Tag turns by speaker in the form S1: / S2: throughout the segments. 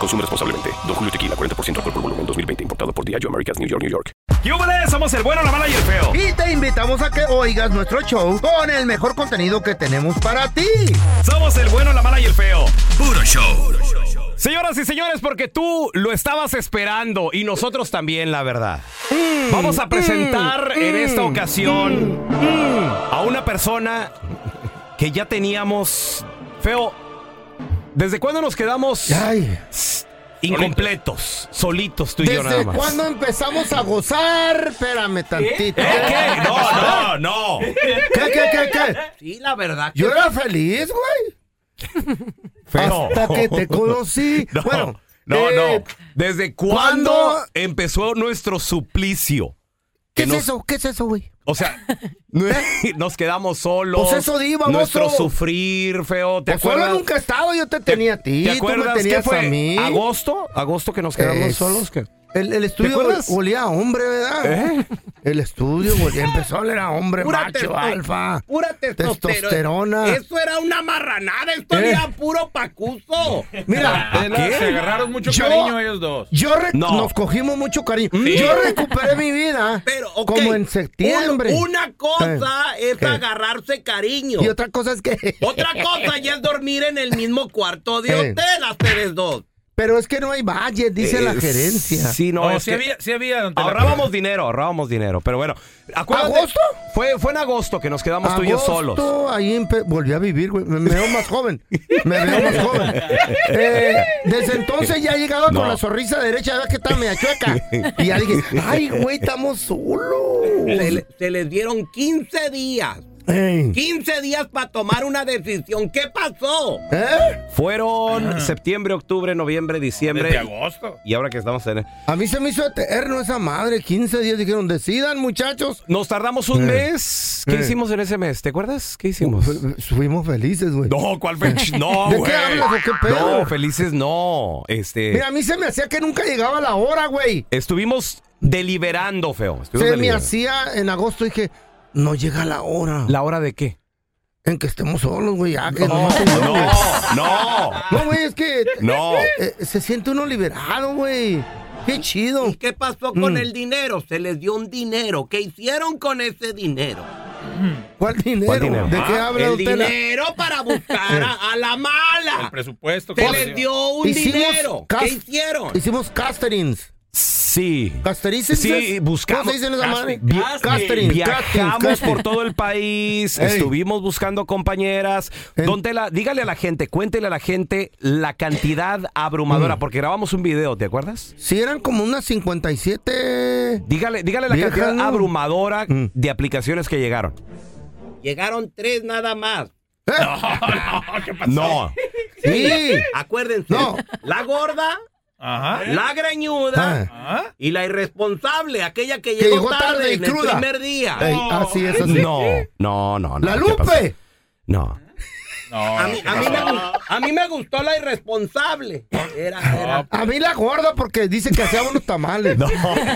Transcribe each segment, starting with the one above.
S1: Consume responsablemente. Don Julio Tequila, 40% alcohol por volumen, 2020. Importado por Diageo Americas, New York, New York.
S2: ¡Yúbales! Somos el bueno, la mala y el feo.
S3: Y te invitamos a que oigas nuestro show con el mejor contenido que tenemos para ti.
S2: Somos el bueno, la mala y el feo.
S4: Puro show.
S2: Señoras y señores, porque tú lo estabas esperando y nosotros también, la verdad.
S3: Mm,
S2: Vamos a presentar en esta ocasión
S3: mm.
S2: a una persona que ya teníamos feo. ¿Desde cuándo nos quedamos incompletos, solitos tú y yo nada
S3: ¿Desde
S2: más?
S3: cuándo empezamos a gozar? Espérame tantito.
S2: ¿Eh, qué? No, no, no.
S3: ¿Qué, qué, qué, qué?
S4: Sí, la verdad.
S3: Yo era feliz, güey.
S2: Feo.
S3: Hasta que te conocí.
S2: No,
S3: bueno,
S2: no,
S3: eh,
S2: no. ¿Desde
S3: ¿cuándo-
S2: cuándo, empezó nuestro suplicio?
S3: ¿Qué
S2: Que
S3: es
S2: nos-
S3: eso? ¿Qué es eso, güey?
S2: O sea, nos quedamos solos.
S3: Pues eso di, baboso.
S2: Nuestro sufrir, feo. ¿Te
S3: Pues
S2: acuerdas?
S3: solo nunca he estado, yo te tenía a ti,
S2: ¿Te
S3: tú me
S2: acuerdas
S3: tenías
S2: qué fue?
S3: a mí.
S2: ¿Agosto? ¿Agosto que nos quedamos
S3: Es-
S2: solos? ¿Qué?
S3: El, el estudio
S2: acuerdas?
S3: ol- olía a hombre, ¿verdad?
S2: ¿Eh?
S3: El estudio güey, empezó a oler a hombre,
S4: Pura
S3: macho,
S4: testo-
S3: alfa.
S4: Pura
S3: testosterona.
S4: testosterona. Eso era una marranada. Esto
S3: Eh.
S4: era puro pacuso.
S3: Mira,
S5: Se agarraron mucho
S3: Yo-
S5: cariño ellos dos.
S3: yo re-
S2: No.
S3: nos cogimos mucho cariño. Yo recuperé mi vida
S4: Pero, ok,
S3: como en septiembre.
S4: un- una cosa es
S3: Eh.
S4: agarrarse cariño.
S3: Y otra cosa es que...
S4: Otra cosa ya es dormir en el mismo cuarto de
S3: Eh.
S4: hotel, a ustedes dos.
S3: Pero es que no hay valle, dice la
S2: Eh,
S3: gerencia.
S2: Sí, no,
S5: No,
S2: es
S5: sí
S2: que
S5: había, sí había. don Tela.
S2: ahorrábamos dinero, ahorrábamos dinero. Pero bueno, acuérdate-
S3: ¿Agosto?
S2: Fue, fue en agosto que nos quedamos tú y yo
S3: Agosto,
S2: solos.
S3: Ahí empe- volví a vivir, güey. Me, me veo más joven. Me veo más joven. Eh, desde entonces ya llegaba
S2: No.
S3: con la sonrisa derecha, ya que estaba media chueca. Y ya dije, ay, güey, estamos
S4: Se,
S3: solos.
S4: le- se les dieron 15 días.
S3: Ey.
S4: 15 días para tomar una decisión. ¿Qué pasó? Ah.
S3: ¿Eh?
S2: Fueron septiembre, octubre, noviembre,
S5: Desde
S2: diciembre.
S5: agosto.
S2: Y ahora que estamos en...
S3: A mí se me hizo eterno esa madre. 15 días dijeron, decidan, muchachos.
S2: Nos tardamos un mes. ¿Qué
S3: Eh.
S2: hicimos en ese mes? ¿Te acuerdas? ¿Qué hicimos?
S3: Fuimos felices, güey.
S2: No, ¿cuál fue? No,
S3: ¿De qué
S2: güey.
S3: hablas o qué pedo?
S2: Oh, No, felices no. Este.
S3: Mira, a mí se me hacía que nunca llegaba la hora, güey.
S2: Estuvimos deliberando, feo. Estuvimos
S3: Se me
S2: deliberando.
S3: hacía en agosto, dije, no llega la hora
S2: ¿La hora de qué?
S3: en que estemos solos, güey. ya que
S2: No,
S3: nomás tú y yo, güey.
S2: no,
S3: No, güey, es que
S2: no.
S3: eh, se siente uno liberado, güey. Qué chido.
S4: ¿Y qué pasó
S3: Mm.
S4: con el dinero? Se les dio un dinero. ¿Qué hicieron con ese dinero?
S3: ¿Cuál dinero?
S2: ¿Cuál dinero? Ah,
S3: ¿De qué habla
S4: El
S3: usted? la-
S4: dinero para buscar a, a la
S5: El
S4: mala.
S5: presupuesto. que
S4: Se
S5: hacía.
S4: les dio un
S3: Hicimos
S4: dinero. ¿Qué
S3: cas-
S4: hicieron?
S3: Hicimos casterings.
S2: Sí.
S3: ¿Casterizas?
S2: Sí, buscamos-
S3: ¿Cómo se dicen esa madre?
S5: Casting.
S3: Vi- Casterings.
S2: Viajamos
S3: castings,
S2: por
S3: castings.
S2: todo el país,
S3: Ey.
S2: estuvimos buscando compañeras.
S3: En-
S2: Don Tela, dígale a la gente, cuéntele a la gente la cantidad
S3: Mm.
S2: abrumadora, porque grabamos un video, ¿te acuerdas?
S3: Sí, eran como unas 57.
S2: Dígale, dígale la
S3: Viejas,
S2: cantidad
S3: ¿no?
S2: abrumadora
S3: Mm.
S2: de aplicaciones que llegaron.
S4: Llegaron tres nada más.
S3: ¿Eh?
S2: No.
S3: Sí.
S4: Acuérdense.
S3: No.
S4: La gorda,
S5: Ajá.
S4: la greñuda
S3: Ah.
S5: Ajá.
S4: y la irresponsable, aquella que
S3: Que
S4: llegó,
S3: llegó
S4: tarde,
S3: tarde y
S4: en
S3: cruda.
S4: el primer día.
S3: Ey, así es, así.
S2: Oh, No, no, no. no
S3: La
S2: ¿qué pasó?
S3: Lupe.
S2: No.
S5: No,
S4: A mí, a mí me, gu- a mí me gustó la irresponsable. Era, era.
S3: A mí la gorda porque dice que hacía unos tamales. No,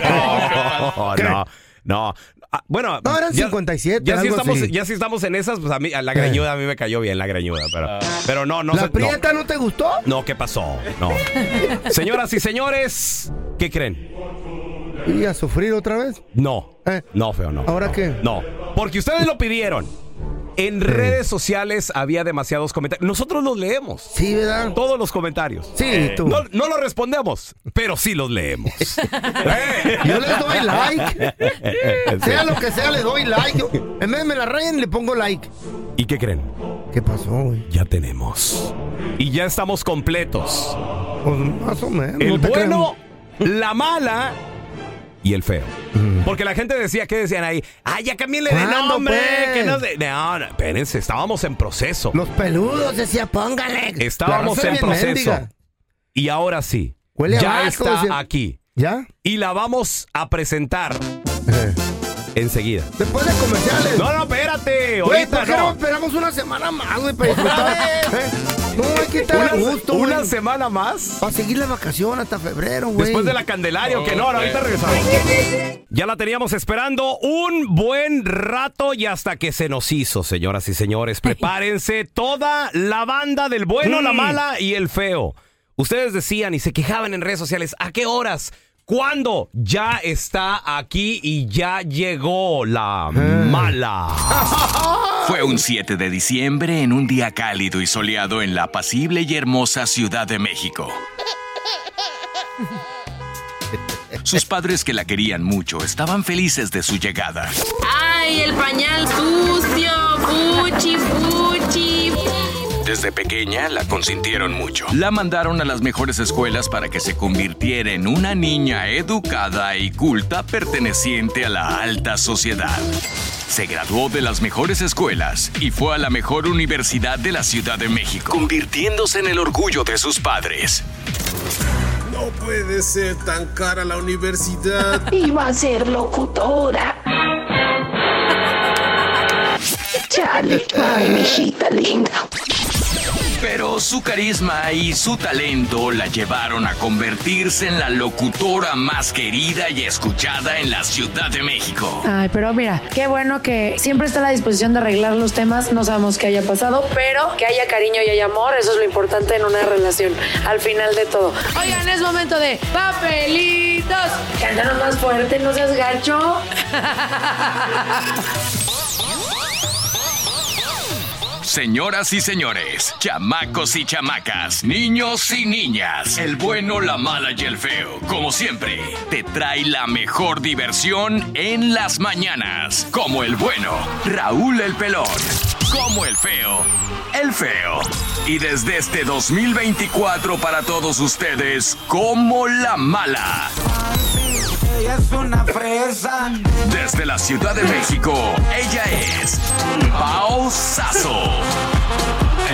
S2: No, no, no. Ah, Bueno,
S3: No, eran 57,
S2: Ya sí,
S3: algo
S2: estamos,
S3: así.
S2: ya sí estamos en esas, pues a mí, a la greñuda a mí me cayó bien, la greñuda, pero, pero no, no,
S3: ¿La
S2: se- no,
S3: prieta no. te gustó?
S2: no, ¿qué pasó? No. Señoras y señores, ¿qué creen?
S3: ¿Y a sufrir otra vez?
S2: No,
S3: Eh.
S2: no, feo, no.
S3: ¿Ahora
S2: no,
S3: qué?
S2: No, porque ustedes lo pidieron. En redes sociales había demasiados comentarios. Nosotros los leemos,
S3: Sí, ¿verdad?
S2: todos los comentarios.
S3: Sí, tú.
S2: Eh, No, no los respondemos, pero sí los leemos.
S3: Yo les doy like.
S2: Eh,
S3: Sea lo que sea, le doy like. Yo- en vez de me la rayen, le pongo like.
S2: ¿Y qué creen?
S3: ¿Qué pasó, güey?
S2: Ya tenemos. Y ya estamos completos.
S3: Pues más o menos.
S2: El
S3: no te
S2: bueno, la mala y el feo.
S3: Mm.
S2: Porque la gente decía, ¿qué decían ahí? ¡Ay, ya cambienle de
S3: ¿Cuándo,
S2: nombre!
S3: pues?
S2: que no sé". No, no, espérense, estábamos en proceso.
S3: crean. Los peludos decía, póngale.
S2: Estábamos
S3: La raza
S2: en
S3: bien
S2: proceso.
S3: mendiga.
S2: Y ahora sí,
S3: Huele a
S2: ya
S3: asco,
S2: está
S3: decía.
S2: aquí.
S3: ¿Ya?
S2: Y la vamos a presentar
S3: Eh.
S2: enseguida.
S3: Después de comerciales.
S2: No, no, espérate.
S3: Güey,
S2: Ahorita
S3: ¿por qué no
S2: no.
S3: esperamos una semana más, güey, para disfrutar? ¿Eh? No, hay que estar a gusto,
S2: Una, una
S3: güey.
S2: semana más.
S3: Para seguir la vacación hasta febrero, güey.
S2: Después de la Candelario, que no, no, ahorita regresamos. Ya la teníamos esperando un buen rato y hasta que se nos hizo, señoras y señores. Prepárense toda la banda del bueno, la mala y el feo. Ustedes decían y se quejaban en redes sociales, ¿a qué horas? ¿Cuándo? Ya está aquí y ya llegó la mala.
S6: Fue un 7 de diciembre en un día cálido y soleado en la apacible y hermosa Ciudad de México. Sus padres que la querían mucho estaban felices de su llegada.
S7: Ay, el pañal sucio, fuchi, fuchi.
S6: Desde pequeña la consintieron mucho. La mandaron a las mejores escuelas para que se convirtiera en una niña educada y culta perteneciente a la alta sociedad. Se graduó de las mejores escuelas y fue a la mejor universidad de la Ciudad de México, convirtiéndose en el orgullo de sus padres.
S8: No puede ser tan cara la universidad.
S7: Iba a ser locutora. Chale, ay, mijita linda.
S6: Pero su carisma y su talento la llevaron a convertirse en la locutora más querida y escuchada en la Ciudad de México.
S7: Ay, pero mira, qué bueno que siempre está a la disposición de arreglar los temas. No sabemos qué haya pasado, pero que haya cariño y haya amor, eso es lo importante en una relación, al final de todo. Oigan, es momento de papelitos. Cántanos más fuerte, no seas gacho.
S6: Señoras y señores, chamacos y chamacas, niños y niñas, el bueno, la mala y el feo, como siempre, te trae la mejor diversión en las mañanas, como el bueno, Raúl el Pelón, como el feo, el feo, y desde este 2024 para todos ustedes, como la mala. Desde la Ciudad de México, ella es Pao Sasso.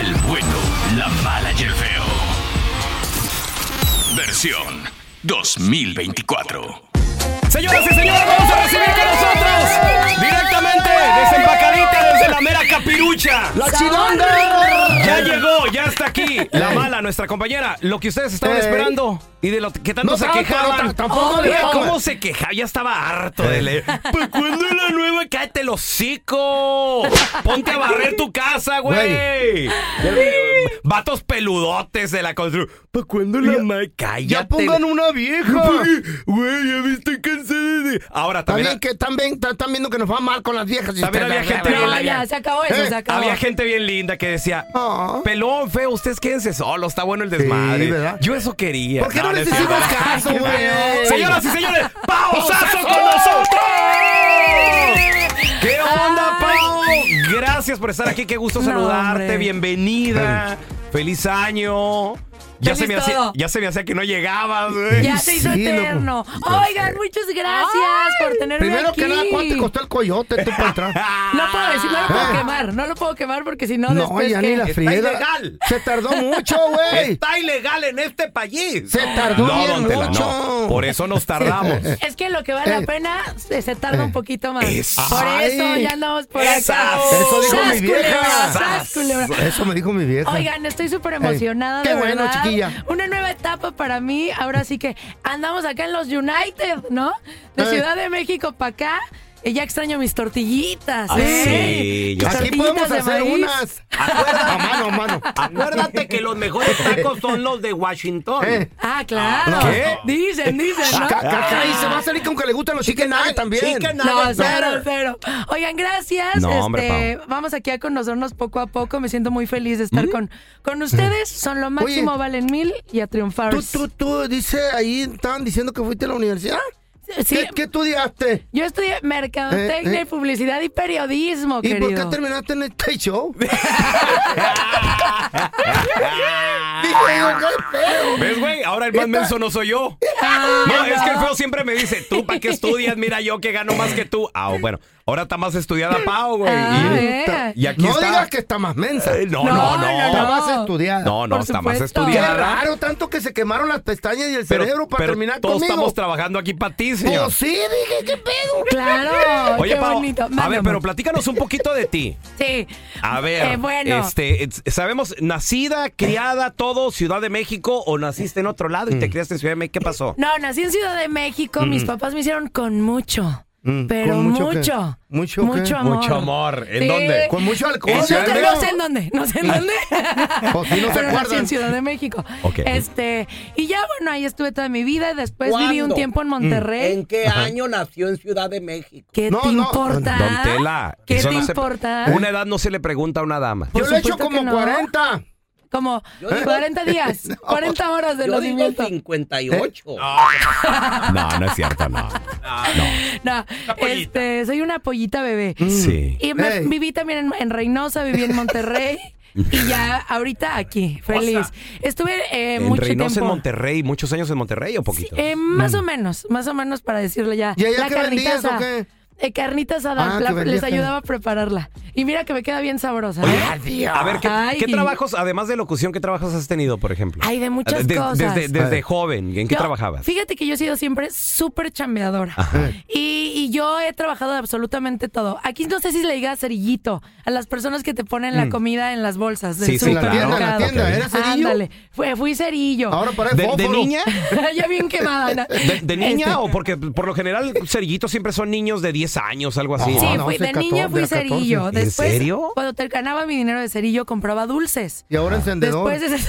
S6: El bueno, la mala y el feo. Versión 2024.
S2: Señoras y señores, vamos a recibir con nosotros directamente desempacadita desde la mera capirucha.
S3: ¡La chilanga!
S2: Ya llegó, ya está aquí. La mala, nuestra compañera. Lo que ustedes estaban
S3: Ey.
S2: esperando y de lo que tanto
S3: No
S2: se
S3: tanto,
S2: quejaban.
S3: no tan- tampoco
S2: Oiga,
S3: tanto.
S2: ¿Cómo se quejaba? Ya estaba harto de leer. ¿Pues cuándo es la nueva? ¡Cállate el hocico! ¡Ponte a barrer tu casa, güey! Vatos peludotes de la construcción. ¿Pues cuándo la ma- ¡Cállate!
S3: ¡Ya pongan una vieja!
S2: Güey, ya me estoy cansado de... Ahora
S3: Está
S2: también...
S3: bien que están, ven- están- están viendo que nos va mal con las viejas. y
S2: También
S3: ustedes-
S2: había gente-
S9: No, ya, se acabó eso,
S3: Eh,
S9: se acabó.
S2: Había gente bien linda que decía,
S3: Ah.
S2: pelón, feo, ustedes quédense solos, está bueno el desmadre.
S3: Sí, ¿verdad?
S2: Yo eso quería.
S3: ¿Por qué no,
S2: no
S3: les
S2: es
S3: hicimos
S2: cierto.
S3: caso, güey?
S2: Señoras y señores, pausazo
S3: ¡Pausazo!
S2: con nosotros. ¿Qué onda, Pau? Gracias por estar aquí, qué gusto
S9: No,
S2: saludarte,
S9: hombre.
S2: bienvenida. Feliz año. Ya
S9: Feliz
S2: se, me hacía,
S9: todo.
S2: ya se me hacía que no llegabas, güey.
S9: Ya se hizo eterno. Oigan, muchas gracias por tenerme
S3: Primero que
S9: aquí.
S3: nada, ¿cuánto te costó el coyote tú para entrar?
S9: No puedo decir, no lo puedo
S3: Eh.
S9: quemar, no lo puedo quemar porque si no,
S3: No,
S9: después
S3: ya
S9: ¿qué?
S3: ni la Está friega. ilegal. Se tardó mucho, güey.
S4: Está ilegal en este país.
S3: Se tardó
S2: No,
S3: bien
S2: don Tela,
S3: mucho.
S2: no. Por eso nos tardamos.
S9: Es que lo que vale
S3: Eh.
S9: la pena se, se tarda un poquito más.
S2: Eso.
S9: Por eso
S2: Ay.
S9: ya andamos por
S2: Eso.
S9: acá.
S3: Eso dijo
S9: Sas,
S3: mi vieja.
S9: culebra, sas, culebra.
S3: Eso me dijo mi vieja.
S9: Oigan, estoy súper emocionada.
S3: Ey, qué
S9: de
S3: bueno,
S9: verdad.
S3: chiquilla.
S9: Una nueva etapa para mí. Ahora sí que andamos acá en los United, ¿no? De
S3: Ey.
S9: Ciudad de México para acá. Y ya extraño mis tortillitas.
S4: Ay,
S9: ¿eh?
S4: sí, yo
S9: Mis
S4: sé.
S3: Aquí podemos
S9: tortillitas de
S3: hacer
S9: maíz.
S3: unas. A mano, a mano.
S4: Acuérdate que los mejores tacos son los de Washington.
S3: Eh.
S9: Ah, claro.
S4: ¿Qué?
S9: Dicen, dicen, ¿no?
S3: Acá, acá, ahí se va a salir con que le gustan los chicken nuggets también.
S4: chicken
S9: No, cero, cero. Oigan, gracias.
S2: No,
S9: este,
S2: hombre,
S9: vamos aquí a conocernos poco a poco. Me siento muy feliz de estar con, con ustedes. Son lo máximo, valen mil y a triunfar.
S3: Tú, tú, tú, dice ahí, estaban diciendo que fuiste a la universidad.
S9: Sí.
S3: ¿Qué, qué estudiaste?
S9: Yo estudié mercadotecnia,
S3: Eh, eh.
S9: y publicidad y periodismo,
S3: ¿Y
S9: querido.
S3: por qué terminaste en este show? Dije, yo, qué feo.
S2: ¿Ves, güey? Ahora el más menso no soy yo. No, es que el feo siempre me dice, ¿tú para qué estudias? Mira yo que gano más que tú. Ah, bueno, ahora está más estudiada Pau, güey.
S9: Ah,
S2: Y, y aquí
S3: no
S2: está.
S3: digas que está más mensa.
S2: Eh, No, no, no.
S3: Está más estudiada.
S2: No, no,
S9: Por
S2: está más
S9: supuesto.
S3: Qué
S2: estudiada.
S3: raro, tanto que se quemaron las pestañas y el cerebro para terminar
S2: todos
S3: conmigo.
S2: estamos trabajando aquí para ti, señor.
S3: Pues sí, dije, qué pedo.
S9: Claro,
S2: Oye,
S9: qué
S2: Pau,
S9: bonito.
S2: a
S9: Mande,
S2: ver, pero
S9: amor.
S2: platícanos un poquito de ti.
S9: Sí.
S2: A ver,
S9: Eh, bueno.
S2: este, es- sabemos, nacida, criada, todo, Ciudad de México, o naciste en otro lado y te criaste en Ciudad de México, ¿qué pasó?
S9: No, nací en Ciudad de México.
S2: Mm.
S9: Mis papás me hicieron con mucho.
S3: Mm,
S9: Pero
S3: ¿con
S9: mucho.
S3: mucho qué?
S9: Mucho,
S3: ¿Mucho qué?
S9: amor.
S5: Mucho amor. ¿En
S9: Sí.
S5: dónde?
S3: Con mucho alcohol.
S9: No,
S3: ¿En Ciudad
S9: sé-
S3: de
S9: no
S3: México?
S9: sé en dónde, no sé en dónde.
S3: Pues sí, no se
S9: Pero nací
S3: acuerdan.
S9: en Ciudad de México.
S2: Ok.
S9: Este, y ya bueno, ahí estuve toda mi vida y después viví un
S4: ¿Cuándo?
S9: tiempo en Monterrey.
S4: ¿En qué año nació en Ciudad de México?
S9: ¿Qué
S3: No,
S9: te
S3: no.
S9: importa?
S2: Don Tela.
S9: ¿Qué
S2: eso
S9: te
S2: no se-
S9: importa?
S2: Una edad no se le pregunta a una dama.
S3: Yo
S9: Por
S3: le he hecho
S9: supuesto que
S3: como
S9: no.
S3: 40.
S9: Como
S4: Yo
S2: ¿Eh?
S4: digo-
S9: 40 días, 40 horas de
S4: Yo digo
S9: nacimiento.
S3: ¿Eh?
S4: 58.
S3: Ah,
S2: No, no es cierto, no.
S9: No, este, soy una pollita bebé.
S2: Mm. Sí.
S9: Y me-
S3: Ey.
S9: viví también en, en Reynosa, viví en Monterrey y ya ahorita aquí, feliz. Estuve eh,
S2: En
S9: mucho
S2: Reynosa, en
S9: tiempo.
S2: Monterrey, Mm. muchos años en Monterrey o poquito.
S9: Eh, más o menos, más o menos para decirlo ya.
S3: ¿Y allá
S9: la
S3: qué
S9: carnita
S3: vendías o
S9: asada.
S3: qué?
S9: Eh, carnita asada,
S3: Ah,
S9: la-
S3: que vendías
S9: les
S3: carne.
S9: ayudaba a prepararla. Y mira que me queda bien sabrosa. ¿eh?
S2: a ver, ¿qué,
S9: Ay.
S2: qué trabajos, además de locución, qué trabajos has tenido, por ejemplo?
S9: Ay, de muchas
S2: De-
S9: cosas.
S2: Desde, desde joven, ¿en qué
S9: Yo-
S2: trabajabas?
S9: Fíjate que yo he sido siempre súper chambeadora. Y, y yo he trabajado de absolutamente todo. Aquí no sé si le digas cerillito a las personas que te ponen la comida en las bolsas del
S2: Mm. Sí, sí, claro.
S9: supermercado.
S2: En la tienda, ¿eh?
S3: ¿eres cerillo?
S9: Ándale. Fue- fui cerillo.
S3: Ahora para el
S2: ¿De, de
S3: fósforo.
S2: niña?
S9: ya bien quemada. ¿no?
S2: ¿De, de niña
S9: Este,
S2: o porque por lo general cerillitos siempre son niños de 10 años, algo así?
S9: Sí,
S3: No, no,
S9: fui-
S3: fue
S9: de niña
S3: 14,
S9: fui
S3: era 14.
S9: cerillo.
S2: ¿En
S9: Después,
S2: serio?
S9: Cuando te ganaba mi dinero de cerillo, compraba dulces.
S3: Y ahora encendedor.
S9: Después de ese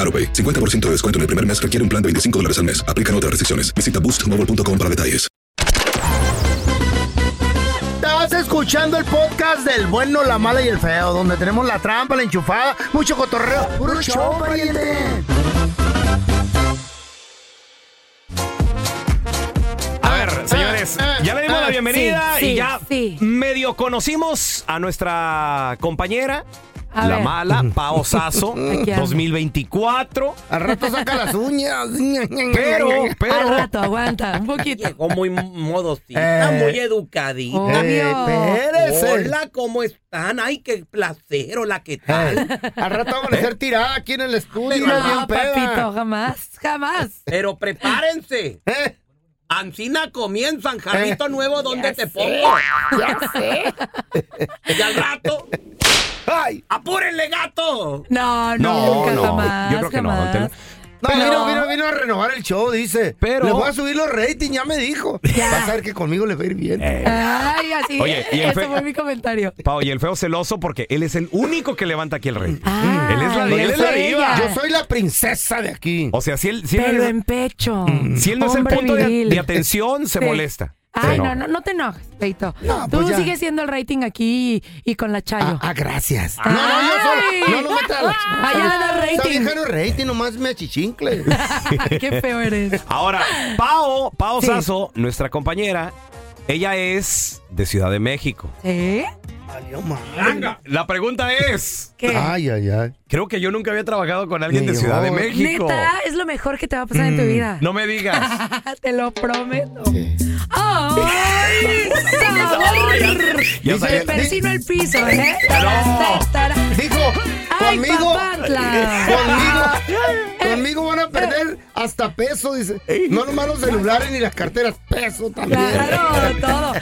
S10: AroPay. 50% de descuento en el primer mes requiere un plan de 25 dólares al mes. Aplican otras restricciones. Visita boostmobile.com para detalles.
S3: Estás escuchando el podcast del bueno, la mala y el feo, donde tenemos la trampa, la enchufada, mucho cotorreo. ¡Puro show, pariente!
S2: A ver, señores, ya le dimos la bienvenida
S9: Ah. sí,
S2: y ya
S9: sí.
S2: medio conocimos a nuestra compañera.
S9: A
S2: la
S9: ver.
S2: mala, Pao Sasso,
S9: Aquí ando.
S2: 2024.
S3: Al
S9: rato saca las uñas.
S2: Pero,
S4: Eh,
S2: pero.
S9: Al rato, aguanta, un poquito.
S4: Llegó muy modosita,
S9: Eh.
S4: muy educadita.
S9: Obvio. Eh, espérese.
S4: Hola, ¿cómo están? Ay, qué placer, hola, ¿qué tal?
S9: Eh.
S3: Al rato vamos a ser tirada aquí en el
S4: bien
S3: estudio.
S9: No,
S4: peda.
S9: papito, jamás, jamás.
S4: Pero prepárense.
S3: ¿Eh?
S4: Ancina comienzan,
S9: Eh.
S4: jarrito nuevo, ¿dónde te pongo?
S9: Ya sé.
S4: Y al rato.
S3: ¡Ay!
S4: ¡Apúrenle, gato!
S9: No, nunca, jamás,
S2: Yo creo que no.
S9: jamás.
S2: Don Tela.
S3: No,
S2: Pero-
S3: vino, vino, vino a renovar el show, dice.
S2: Pero-
S3: Le voy a subir los ratings, ya me dijo. Vas a ver que conmigo le va a ir bien.
S9: Ay, así.
S2: Oye, y el
S9: ese
S2: fe-
S9: fue mi comentario.
S2: Pao, Eh, y el feo celoso porque él es el único que levanta aquí el rey. Mm, él es la,
S9: Ah, yo
S2: él es la
S9: soy
S2: diva.
S9: ella. Yo soy
S3: la princesa de aquí.
S2: O sea, si él, si él
S9: Pelo
S2: es-
S9: en pecho.
S2: Mm, si él no es el
S9: Hombre
S2: punto de,
S9: viril.
S2: de atención, se
S9: Sí.
S2: molesta. Se
S9: Ay, no,
S2: enoja.
S9: no, no te enojes, Peito. Tú
S3: pues ya.
S9: sigues siendo el rating aquí y, y con la Chayo.
S3: Ah, gracias. No, no, yo solo. No, no meta la
S9: Ah, ya le da
S3: Esa
S9: rating.
S3: vieja no rating, nomás me achichincle.
S9: Qué feo eres.
S2: Ahora, Pao, Pao
S9: Sí.
S2: Sasso, nuestra compañera, ella es de Ciudad de México.
S9: ¿Eh?
S2: La pregunta es.
S9: ¿Qué?
S3: Ay, ay, ay.
S2: Creo que yo nunca había trabajado con alguien de
S3: Ni
S2: Ciudad de
S3: yo.
S2: México.
S9: Neta, es lo mejor que te va a pasar en tu
S2: Mm,
S9: vida.
S2: No me digas.
S9: Te lo prometo. ¡Ay! sabor!
S2: Ya
S9: Me
S2: sabía-
S9: persino el piso, ¿eh?
S3: Dijo,
S9: Ay,
S3: conmigo,
S9: papantla.
S3: conmigo, conmigo van a perder hasta peso, dice. No nomás los celulares ni las carteras, peso también.
S9: Claro, todo.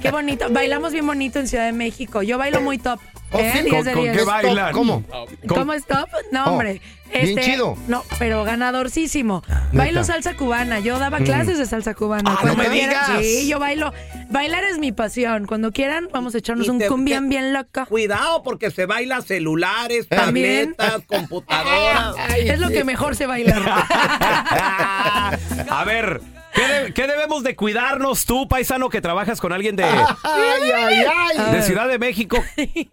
S9: Qué bonito. Bailamos bien bonito en Ciudad de México. Yo bailo muy top. ¿eh?
S3: Oh, sí?
S9: 10
S3: ¿Con-
S9: de
S3: con
S9: 10.
S3: qué bailan? ¿Cómo?
S9: ¿Cómo es top? No,
S3: Oh,
S9: hombre. Este,
S3: bien chido. Ah,
S9: No, pero ganadorcísimo. Bailo salsa cubana. Yo daba
S3: Mm.
S9: clases de salsa cubana.
S3: Ah,
S9: Cuando
S3: no me
S9: quieran-
S3: digas.
S9: Sí, yo bailo. Bailar es mi pasión. Cuando quieran, vamos a echarnos
S4: Y
S9: un
S4: te-
S9: cumbión bien loco.
S4: Cuidado porque se baila celulares,
S3: ¿Eh?
S9: También.
S4: tabletas, computadoras.
S9: es lo que mejor se baila.
S2: A ver, ¿qué, de- qué debemos de cuidarnos tú, paisano, que trabajas con alguien de,
S3: Ay, ay, ay.
S9: A
S2: de
S9: ver.
S2: Ciudad de México? ¿Qué,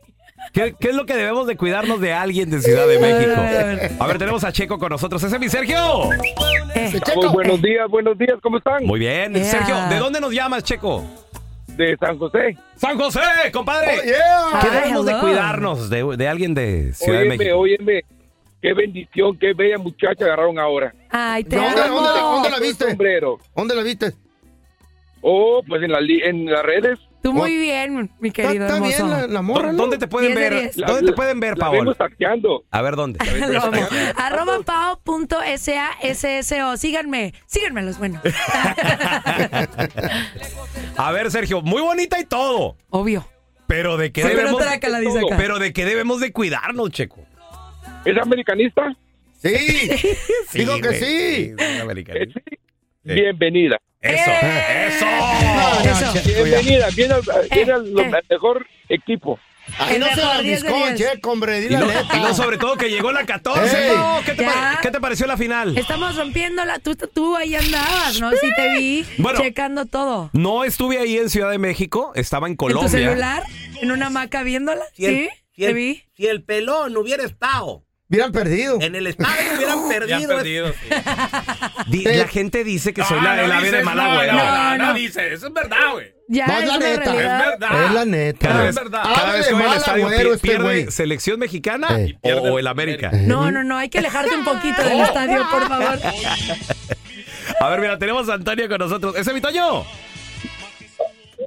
S2: qué es lo que debemos de cuidarnos de alguien de Ciudad de México? A ver, tenemos a Checo con nosotros. ¡Ese es mi Sergio!
S11: Muy buenos días, buenos días, ¿cómo están?
S2: Muy bien. Sergio, ¿de dónde nos llamas, Checo?
S11: De San José.
S2: ¡San José, compadre!
S11: Oh, yeah.
S2: ¿Qué
S11: Ay,
S2: debemos de
S11: hello.
S2: cuidarnos de, de alguien de Ciudad de
S11: Óyeme,
S2: México?
S11: óyeme, qué bendición, qué bella muchacha agarraron ahora.
S9: Ay, te
S3: ¿Dónde,
S9: amo.
S3: dónde la- dónde la viste?
S11: Sombrero.
S3: ¿Dónde la viste?
S11: Oh, pues en, la li- en las redes.
S9: Tú muy bien, mi querido
S3: Está- está bien
S9: hermoso.
S3: la- la morra,
S2: ¿Dó- ¿Dónde te pueden
S9: 10 de
S2: ver?
S9: 10.
S2: ¿Dónde te pueden ver,
S11: La
S2: Paola?
S11: vengo saqueando.
S2: A ver, ¿dónde?
S9: Lo amo. Arroba pao.sasso. Síganme, síganme los buenos.
S2: A ver, Sergio, muy bonita y todo.
S9: Obvio.
S2: Pero de qué
S9: Sí, pero
S2: debemos
S9: trácala, dice acá.
S2: Pero de qué debemos de cuidarnos, Checo.
S11: ¿Es americanista?
S3: Sí. Digo que
S2: güey,
S3: sí.
S2: es americanista.
S11: Bienvenida.
S2: Eso,
S9: ¡Eh!
S2: eso.
S11: Bienvenida, viene al, viene al-
S9: eh,
S11: lo- al mejor equipo.
S3: Ahí no se la Checo, hombre, di
S2: Y
S3: la
S2: no,
S3: neta.
S2: y no, sobre todo que llegó la 14.
S3: Ey.
S2: No, ¿qué, te
S9: Ya.
S2: pare- qué te pareció la final?
S9: Estamos rompiéndola. Tú, tú ahí andabas, ¿no? Sí te vi
S2: Bueno.
S9: checando todo.
S2: No estuve ahí en Ciudad de México, estaba en Colombia.
S9: ¿En tu celular? ¿En una hamaca viéndola?
S4: Si el-
S9: ¿Sí?
S4: si
S9: ¿Te
S4: el-
S9: vi?
S4: Si el pelón hubiera estado
S3: Hubieran perdido.
S2: Eh,
S4: en el estadio, hubieran perdido.
S2: Di- la gente dice que soy la,
S5: Ah, no
S2: el ave de
S5: dices,
S2: mala
S5: no,
S2: güera.
S5: no, no, no
S2: No,
S5: dice, eso es verdad, güey.
S9: Ya
S3: No, es la
S9: una
S3: neta.
S9: realidad.
S5: Es verdad.
S3: Es la neta.
S2: Cada
S3: güey.
S2: vez,
S5: verdad.
S2: cada
S3: Habla
S2: vez
S3: de
S2: que voy al
S3: mal
S2: estadio
S3: agüero
S2: pi-
S3: este
S2: pierde
S3: güey.
S2: selección mexicana
S3: Eh.
S2: o, o el América.
S9: No, no, no. Hay que alejarte un poquito del estadio, por favor.
S2: A ver, mira, tenemos a Antonio con nosotros. ¡Ese es mi Toño!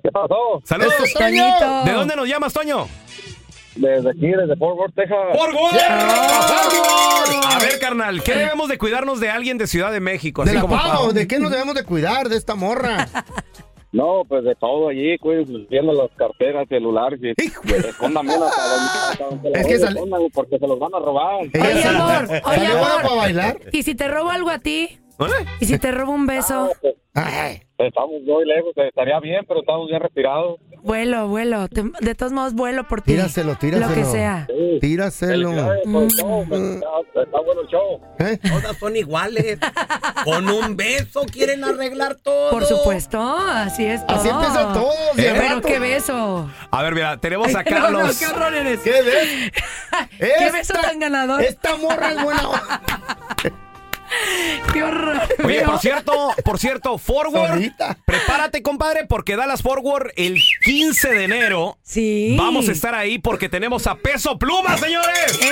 S11: ¿Qué pasó?
S2: ¡Saludos!
S3: ¡Eso es Toñito!
S2: ¿De dónde nos llamas, Toño?
S11: Desde aquí, desde Fort Worth, Texas.
S2: ¡Por gol!
S3: ¡Fierro!
S2: A ver, carnal, ¿qué debemos de cuidarnos de alguien de Ciudad de México?
S3: De
S2: Así
S3: la
S2: como
S3: Pau,
S2: Pau.
S3: ¿de qué nos debemos de cuidar de esta morra?
S12: No, pues de todo allí, pues, viendo las carteras, celulares. Escóndanme hasta donde- hasta donde
S3: Es
S12: la
S3: que
S12: doy,
S3: sal-
S12: escóndanme porque se los van a robar.
S9: Oye, amor, oye,
S3: ¿Salió ahora
S9: amor.
S3: para bailar?
S9: ¿Y si te robo algo a ti?
S2: ¿Eh?
S9: ¿Y si te robo un beso?
S12: Estamos muy lejos, estaría bien, pero estamos bien retirados.
S9: Vuelo, vuelo. Te- de todos modos, vuelo por ti.
S3: Tíraselo, tíraselo.
S9: Lo que sea.
S3: Tíraselo.
S12: Está bueno el show.
S4: Todas son iguales. Con un beso quieren arreglar todo.
S9: Por supuesto, así es todo.
S4: Así empieza todo, de
S9: Pero
S4: rato.
S9: qué beso.
S2: A ver, mira, tenemos a
S9: Ay, no, no,
S2: Carlos.
S9: qué horror eres.
S3: ¿Qué ves?
S9: ¿Qué beso tan ganador?
S3: Esta morra es buena onda.
S9: qué horror.
S2: Oye, por cierto, por cierto, Forward, prepárate, compadre, porque Dallas Forward el 15 de enero.
S9: Sí.
S2: Vamos a estar ahí porque tenemos a Peso Pluma, señores.
S9: Eh.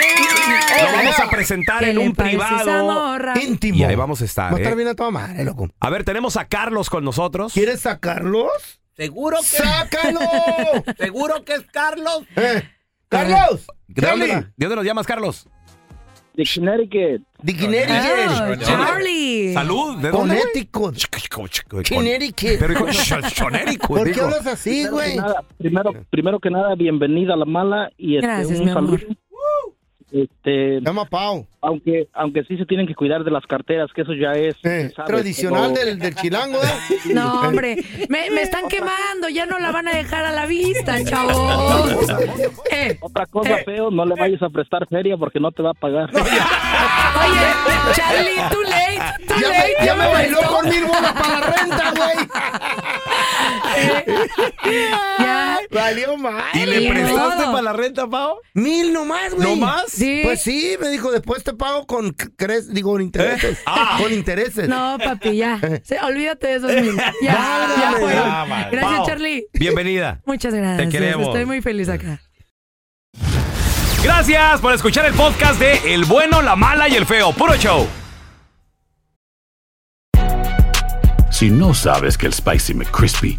S2: Lo vamos a presentar
S3: ¿Qué
S2: en
S3: le
S2: un
S3: parece esa
S2: privado.
S3: morra? Íntimo.
S2: Y ahí vamos a estar.
S3: Va a estar
S2: ¿eh?
S3: bien a toda madre, loco.
S2: A ver, tenemos a Carlos con nosotros.
S3: ¿Quieres a Carlos?
S4: Seguro que.
S3: ¡Sácalo! Eh,
S4: Seguro que es Carlos.
S3: ¡Carlos!
S2: ¿De dónde, de dónde nos llamas, Carlos?
S12: De Connecticut.
S3: De
S9: Ah,
S2: Connecticut.
S9: Charlie.
S2: Salud. ¿De dónde? güey? Con-
S3: Connecticut.
S2: Pero dijo Ch- Connecticut,
S3: ¿Por qué
S2: dijo.
S3: hablas así,
S12: Pues Primero que
S3: güey?
S12: nada, Primero, primero que nada, bienvenida a la mala y este,
S3: Gracias,
S12: un
S3: mi amor.
S12: saludo. Este,
S3: Llama Pau.
S12: Aunque, aunque sí se tienen que cuidar de las carteras, que eso ya es ¿sabes?
S3: Tradicional
S12: Pero-
S3: del, del chilango, ¿eh?
S9: No, hombre, me, me están quemando, ya no la van a dejar a la vista, chavos. Eh,
S12: Otra cosa, feo, no le vayas a prestar feria porque no te va a pagar.
S9: Oye, Charlie, too late, too
S3: Ya me-
S9: late.
S3: ya me bailó
S9: prestó.
S3: con mil bolas para la renta, güey.
S9: Ya.
S3: Valió mal.
S9: ¿Y le Ni prestaste modo.
S2: para la renta, Pau?
S3: Mil nomás, güey.
S2: ¿No más?
S9: Sí.
S3: Pues sí, me dijo, después te pago con c- cres, digo, con intereses.
S2: Ah.
S3: Con intereses.
S9: No, papi, ya. Se- olvídate de esos niños. Ya, ya
S3: Válgame.
S9: fueron.
S3: Ah, vale.
S9: Gracias,
S2: Pau,
S9: Charlie.
S2: Bienvenida.
S9: Muchas gracias.
S2: queremos.
S9: Estoy muy feliz acá.
S2: Gracias por escuchar el podcast de El Bueno, la Mala y el Feo. Puro show.
S13: Si no sabes que el Spicy McCrispy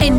S14: En